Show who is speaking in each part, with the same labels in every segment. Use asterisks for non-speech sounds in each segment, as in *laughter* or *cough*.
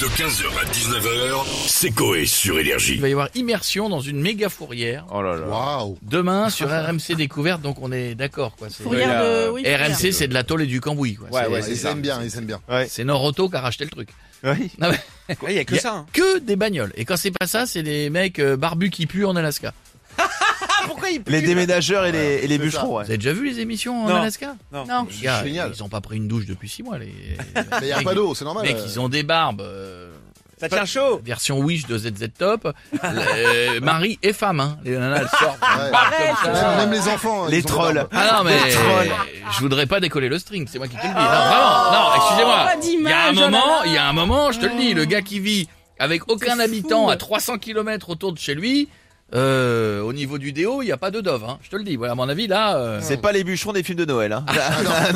Speaker 1: De 15h à 19h, c'est Coé sur Énergie.
Speaker 2: Il va y avoir immersion dans une méga fourrière.
Speaker 3: Oh là là.
Speaker 4: Waouh
Speaker 2: Demain sur RMC Découverte, donc on est d'accord. quoi. C'est-
Speaker 3: Oui,
Speaker 5: Fourrière
Speaker 3: là.
Speaker 5: de. Oui, fourrière.
Speaker 2: RMC, c'est de la tôle et du cambouis. Quoi.
Speaker 3: Ouais,
Speaker 2: Ah c'est
Speaker 3: ouais,
Speaker 4: Ils
Speaker 3: ça.
Speaker 4: aiment bien, ils aiment bien.
Speaker 3: Ouais.
Speaker 2: c'est Noroto qui a racheté le truc.
Speaker 3: Oui.
Speaker 2: Non, mais
Speaker 3: Il y a que
Speaker 2: Y a-
Speaker 3: ça. hein.
Speaker 2: que des bagnoles. Et quand c'est pas ça, c'est les mecs euh, barbus qui puent en Alaska.
Speaker 3: Les déménageurs et les, et les
Speaker 4: C'est
Speaker 3: bûcherons. ouais.
Speaker 2: Vous avez déjà vu les émissions en
Speaker 3: Non.
Speaker 2: Alaska
Speaker 5: Non.
Speaker 2: Les gars,
Speaker 4: Génial.
Speaker 2: Ils ont pas pris une douche depuis six mois. Les...
Speaker 4: Mais il n'y a pas d'eau, c'est normal.
Speaker 2: Mec, ils ont des barbes. euh,
Speaker 3: Ça tient chaud.
Speaker 2: version Wish de ZZ Top. Euh, mari et femme. Hein. Les nanas, elles sortent.
Speaker 4: Ouais.
Speaker 2: comme ça.
Speaker 4: Même, Ah, même les enfants. hein,
Speaker 3: Les
Speaker 4: ils ont
Speaker 3: trolls.
Speaker 4: des barbes.
Speaker 2: Ah non mais
Speaker 3: Les trolls.
Speaker 2: je voudrais pas décoller le string, c'est moi qui te le dis. Non, vraiment, non, excusez-moi.
Speaker 5: Pas
Speaker 2: Il y a un
Speaker 5: d'image, oh là
Speaker 2: moment,
Speaker 5: là.
Speaker 2: il y a un moment, je te le dis, le gars qui vit avec aucun
Speaker 5: C'est
Speaker 2: habitant
Speaker 5: fou.
Speaker 2: à 300 km autour de chez lui, euh, au niveau du déo, il n'y a pas de dove, hein. Je te le dis. Voilà, à mon avis là. euh,
Speaker 3: C'est pas les bûcherons des films de Noël. Hein.
Speaker 2: Ah non, ah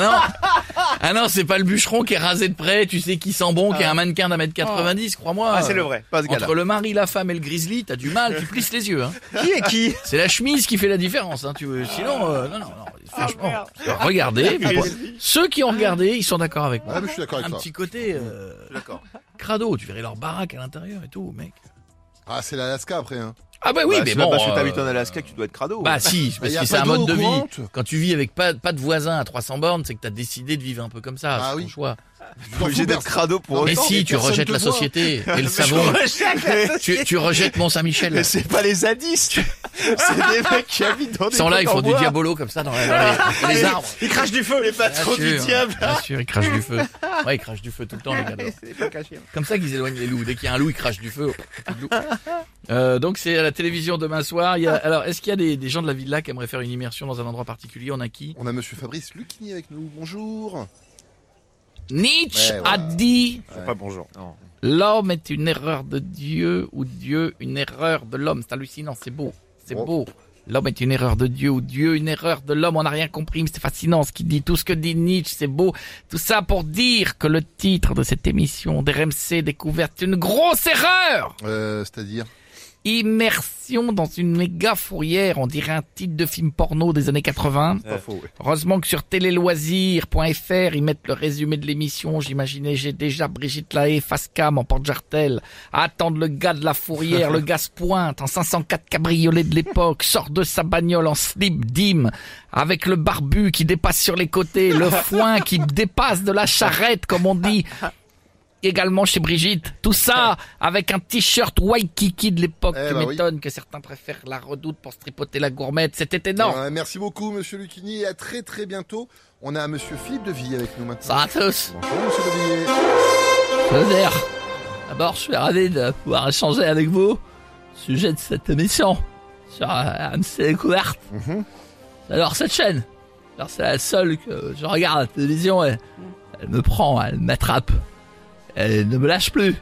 Speaker 2: non,
Speaker 5: *laughs*
Speaker 2: ah non, c'est pas le bûcheron qui est rasé de près. Tu sais qui sent bon, qui est
Speaker 5: Ah.
Speaker 2: un mannequin d'un mètre 90 crois-moi.
Speaker 3: Ah, c'est le vrai. Pas ce gars-là.
Speaker 2: Entre le mari, la femme et le grizzly, t'as du mal, tu plisses les yeux. Hein.
Speaker 3: Qui est qui
Speaker 2: C'est la chemise qui fait la différence, hein, tu veux. Sinon, euh, non, non, non. Franchement, regardez. vous pourrez- Ceux qui ont regardé, ils sont d'accord avec moi.
Speaker 4: Ah, mais je suis d'accord
Speaker 2: Un
Speaker 4: avec toi.
Speaker 2: petit côté euh,
Speaker 3: D'accord.
Speaker 2: crado, tu verrais leur baraque à l'intérieur et tout, mec.
Speaker 4: Ah, c'est l'Alaska après. Hein.
Speaker 2: Ah bah oui,
Speaker 3: Bah,
Speaker 2: mais
Speaker 3: c'est pas
Speaker 2: bon.
Speaker 3: parce que
Speaker 2: euh,
Speaker 3: t'habites en Alaska que tu dois être crado.
Speaker 2: Bah si,
Speaker 4: Mais
Speaker 2: parce
Speaker 4: y a
Speaker 2: que c'est
Speaker 4: pas
Speaker 2: un
Speaker 4: d'eau
Speaker 2: mode de vie.
Speaker 4: courante
Speaker 2: Quand tu vis avec pas, pas de voisins à 300 bornes, c'est que t'as décidé de vivre un peu comme ça.
Speaker 4: Ah
Speaker 2: c'est
Speaker 4: oui.
Speaker 2: ton choix.
Speaker 4: Tu
Speaker 3: T'es
Speaker 4: t'en
Speaker 3: obligé
Speaker 4: fous,
Speaker 3: d'être
Speaker 4: personne.
Speaker 3: crado pour
Speaker 2: Mais
Speaker 3: autant.
Speaker 2: si, tu
Speaker 4: personne
Speaker 2: rejettes
Speaker 4: te
Speaker 2: la
Speaker 4: voit.
Speaker 2: société
Speaker 3: *laughs*
Speaker 2: et le savon. Tu, tu rejettes Mont-Saint-Michel.
Speaker 3: Mais c'est pas les zadistes. *laughs* tu- c'est des mecs qui habitent dans des.
Speaker 2: Sans là,
Speaker 3: boîtes
Speaker 2: ils font
Speaker 3: en
Speaker 2: du
Speaker 3: bois. Ah,
Speaker 2: diabolo comme ça dans, la- dans les, les arbres.
Speaker 3: Ils crachent du feu. Les patrons
Speaker 2: Bien
Speaker 3: du
Speaker 2: sûr,
Speaker 3: diable.
Speaker 2: Bien sûr, ils crachent du
Speaker 3: *laughs*
Speaker 2: feu. Ouais, ils crachent du feu tout le temps, les gars.
Speaker 3: hein.
Speaker 2: Comme ça qu'ils éloignent les loups. Dès qu'il y a un loup, ils crachent du feu. Euh, donc c'est à la télévision demain soir. Il y a- alors, est-ce qu'il y a des, des gens de la villa qui aimeraient faire une immersion dans un endroit particulier On a qui
Speaker 4: On a monsieur Fabrice Lucchini avec nous. Bonjour.
Speaker 2: Nietzsche
Speaker 4: Ouais,
Speaker 2: a
Speaker 4: voilà.
Speaker 2: dit
Speaker 3: C'est Pas bonjour. Non.
Speaker 2: l'homme est une erreur de Dieu ou Dieu une erreur de l'homme. C'est hallucinant, c'est beau, c'est
Speaker 4: Oh.
Speaker 2: beau. L'homme est une erreur de Dieu ou Dieu une erreur de l'homme. On n'a rien compris, mais c'est fascinant ce qu'il dit. Tout ce que dit Nietzsche, c'est beau. Tout ça pour dire que le titre de cette émission d'RMC découverte est une grosse erreur.
Speaker 4: Euh, C'est-à-dire
Speaker 2: Immersion dans une méga fourrière, on dirait un titre de film porno des années 80.
Speaker 4: Pas faux, ouais.
Speaker 2: Heureusement que sur téléloisirs.fr, ils mettent le résumé de l'émission. J'imaginais, j'ai déjà Brigitte Lahaye, Fascam en porte-jartel, à attendre le gars de la fourrière, le gars se pointe en 504 cabriolet de l'époque, sort de sa bagnole en slip dim, avec le barbu qui dépasse sur les côtés, le foin qui dépasse de la charrette, comme on dit également chez Brigitte. Tout ça avec un t-shirt Waikiki de l'époque.
Speaker 4: Eh
Speaker 2: tu
Speaker 4: bah oui.
Speaker 2: m'étonnes que certains préfèrent la redoute pour se tripoter la gourmette. C'était énorme.
Speaker 4: Euh, merci beaucoup, monsieur Lucchini. Et à très très bientôt. On a monsieur Philippe Deville avec nous maintenant.
Speaker 2: Ça à tous.
Speaker 4: Bonjour, monsieur Deville.
Speaker 2: Bonheur. D'abord, je suis ravi de pouvoir échanger avec vous au sujet de cette émission sur euh, MC Découverte.
Speaker 4: Mhm.
Speaker 2: J'adore cette chaîne. Alors, c'est la seule que je regarde à la télévision et elle me prend, elle m'attrape. Elle ne me lâche plus.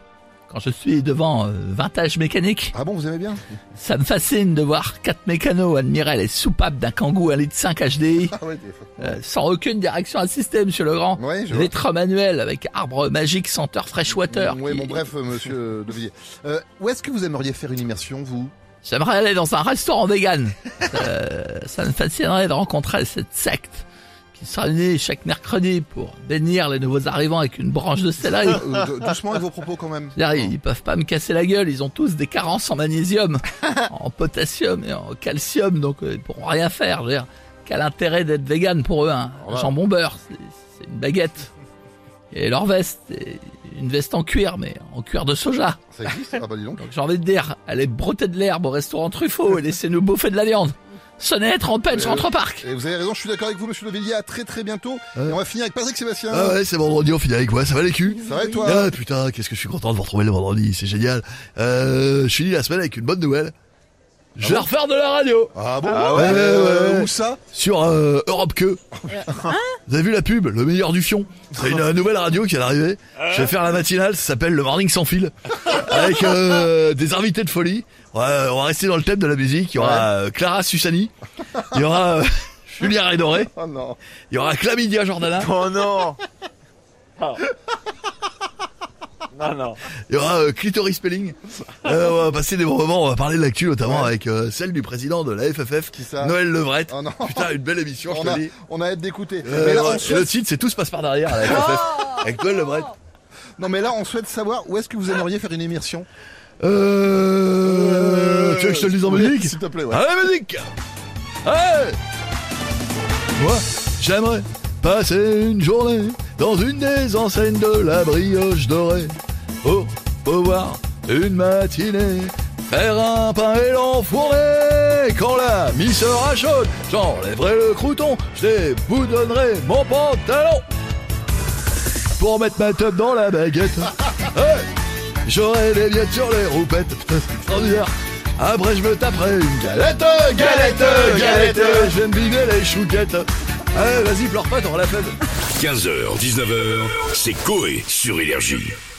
Speaker 2: Quand je suis devant euh, Vintage Mécanique,
Speaker 4: Ah bon, vous aimez bien
Speaker 2: ça me fascine de voir quatre mécanos admirer les soupapes d'un kangou 1,5 litre 5 HDI
Speaker 4: *laughs* Ah ouais, t'es-
Speaker 2: euh, sans aucune direction à système, monsieur Legrand.
Speaker 4: Ouais, je vois.
Speaker 2: Lettre manuelle avec arbre magique senteur freshwater.
Speaker 4: Ouais,
Speaker 2: qui-
Speaker 4: bon, bref, euh, monsieur Deville. Euh, où est-ce que vous aimeriez faire une immersion, vous
Speaker 2: J'aimerais aller dans un restaurant vegan. Euh, ça me fascinerait de rencontrer cette secte qui se réunit chaque mercredi pour bénir les nouveaux arrivants avec une branche de céleri.
Speaker 4: Euh, d- Doucement avec vos propos quand même.
Speaker 2: C'est-à-dire, Ils peuvent pas me casser la gueule, ils ont tous des carences en magnésium, en potassium et en calcium, donc euh, ils pourront rien faire. Je veux dire, quel intérêt d'être vegan pour eux hein Un
Speaker 4: Ouais.
Speaker 2: jambon beurre, c'est- c'est une baguette. Et leur veste, et une veste en cuir, mais en cuir de soja.
Speaker 4: Ça existe Ah bah dis donc.
Speaker 2: Donc j'ai envie de dire, allez broter de l'herbe au restaurant Truffaut et laissez-nous bouffer de la viande. Sonnez être en peine, je rentre au parc.
Speaker 4: Et vous avez raison, je suis d'accord avec vous, monsieur Levillier. À très très bientôt.
Speaker 6: Ouais.
Speaker 4: Et on va finir avec Patrick Sébastien.
Speaker 6: Ah ouais, c'est vendredi, on finit avec moi, ça va les culs
Speaker 4: Ça va et toi
Speaker 6: Ah putain, qu'est-ce que je suis content de vous retrouver le vendredi, c'est génial. Euh, je finis la semaine avec une bonne nouvelle.
Speaker 2: Je vais refaire de la radio.
Speaker 4: Ah bon
Speaker 3: Ah
Speaker 6: ouais,
Speaker 4: Euh,
Speaker 6: ouais, ouais.
Speaker 4: Où ça
Speaker 6: Sur euh, Europe Que. Vous avez vu la pub, le meilleur du fion C'est une euh, nouvelle radio qui est arrivée. Je vais faire la matinale, ça s'appelle Le Morning Sans Fil. Avec euh, des invités de folie. On va, on va rester dans le thème de la musique. Il y aura euh, Clara Susani. Il y aura euh, *laughs* Julien Rédoré.
Speaker 4: Oh non.
Speaker 6: Il y aura Clamidia Jordana.
Speaker 3: Oh non. Non, non.
Speaker 6: Il y aura euh,
Speaker 4: *laughs*
Speaker 6: Clitoris Spelling. Euh, on va passer des bons moments, on va parler de l'actu notamment avec euh, celle du président de la FFF,
Speaker 4: Qui ça
Speaker 6: Noël Levrette.
Speaker 4: Oh non.
Speaker 6: Putain, une belle émission,
Speaker 4: On
Speaker 6: je
Speaker 4: a,
Speaker 6: te dis.
Speaker 4: on a hâte d'écouter.
Speaker 6: Euh,
Speaker 4: *laughs* Mais là, Oh. on
Speaker 6: ouais.
Speaker 4: te
Speaker 6: Et le
Speaker 4: souhaite-
Speaker 6: titre, c'est Tout se passe par derrière à la FFF. avec Noël Levrette.
Speaker 4: Non, mais là, on souhaite savoir où est-ce que vous aimeriez faire une immersion
Speaker 6: Euh... Tu veux que je te le dise en
Speaker 4: oui,
Speaker 6: musique
Speaker 4: s'il te plaît, ouais.
Speaker 6: Allez, musique Allez Moi, j'aimerais passer une journée dans une des enseignes de la brioche dorée pour pouvoir une matinée faire un pain et l'enfourner. Quand la mie sera chaude, j'enlèverai le crouton, je déboudonnerai mon pantalon pour mettre ma teub dans la baguette. Hey J'aurai des billettes sur les roupettes. *laughs* Extraordinaire. Après, je me taperai une galette, galette, galette. Je vais me bimer les chouquettes. Eh, Allez, vas-y, pleure pas, t'auras la fête.
Speaker 1: 15h, 19h, c'est Coé sur Énergie.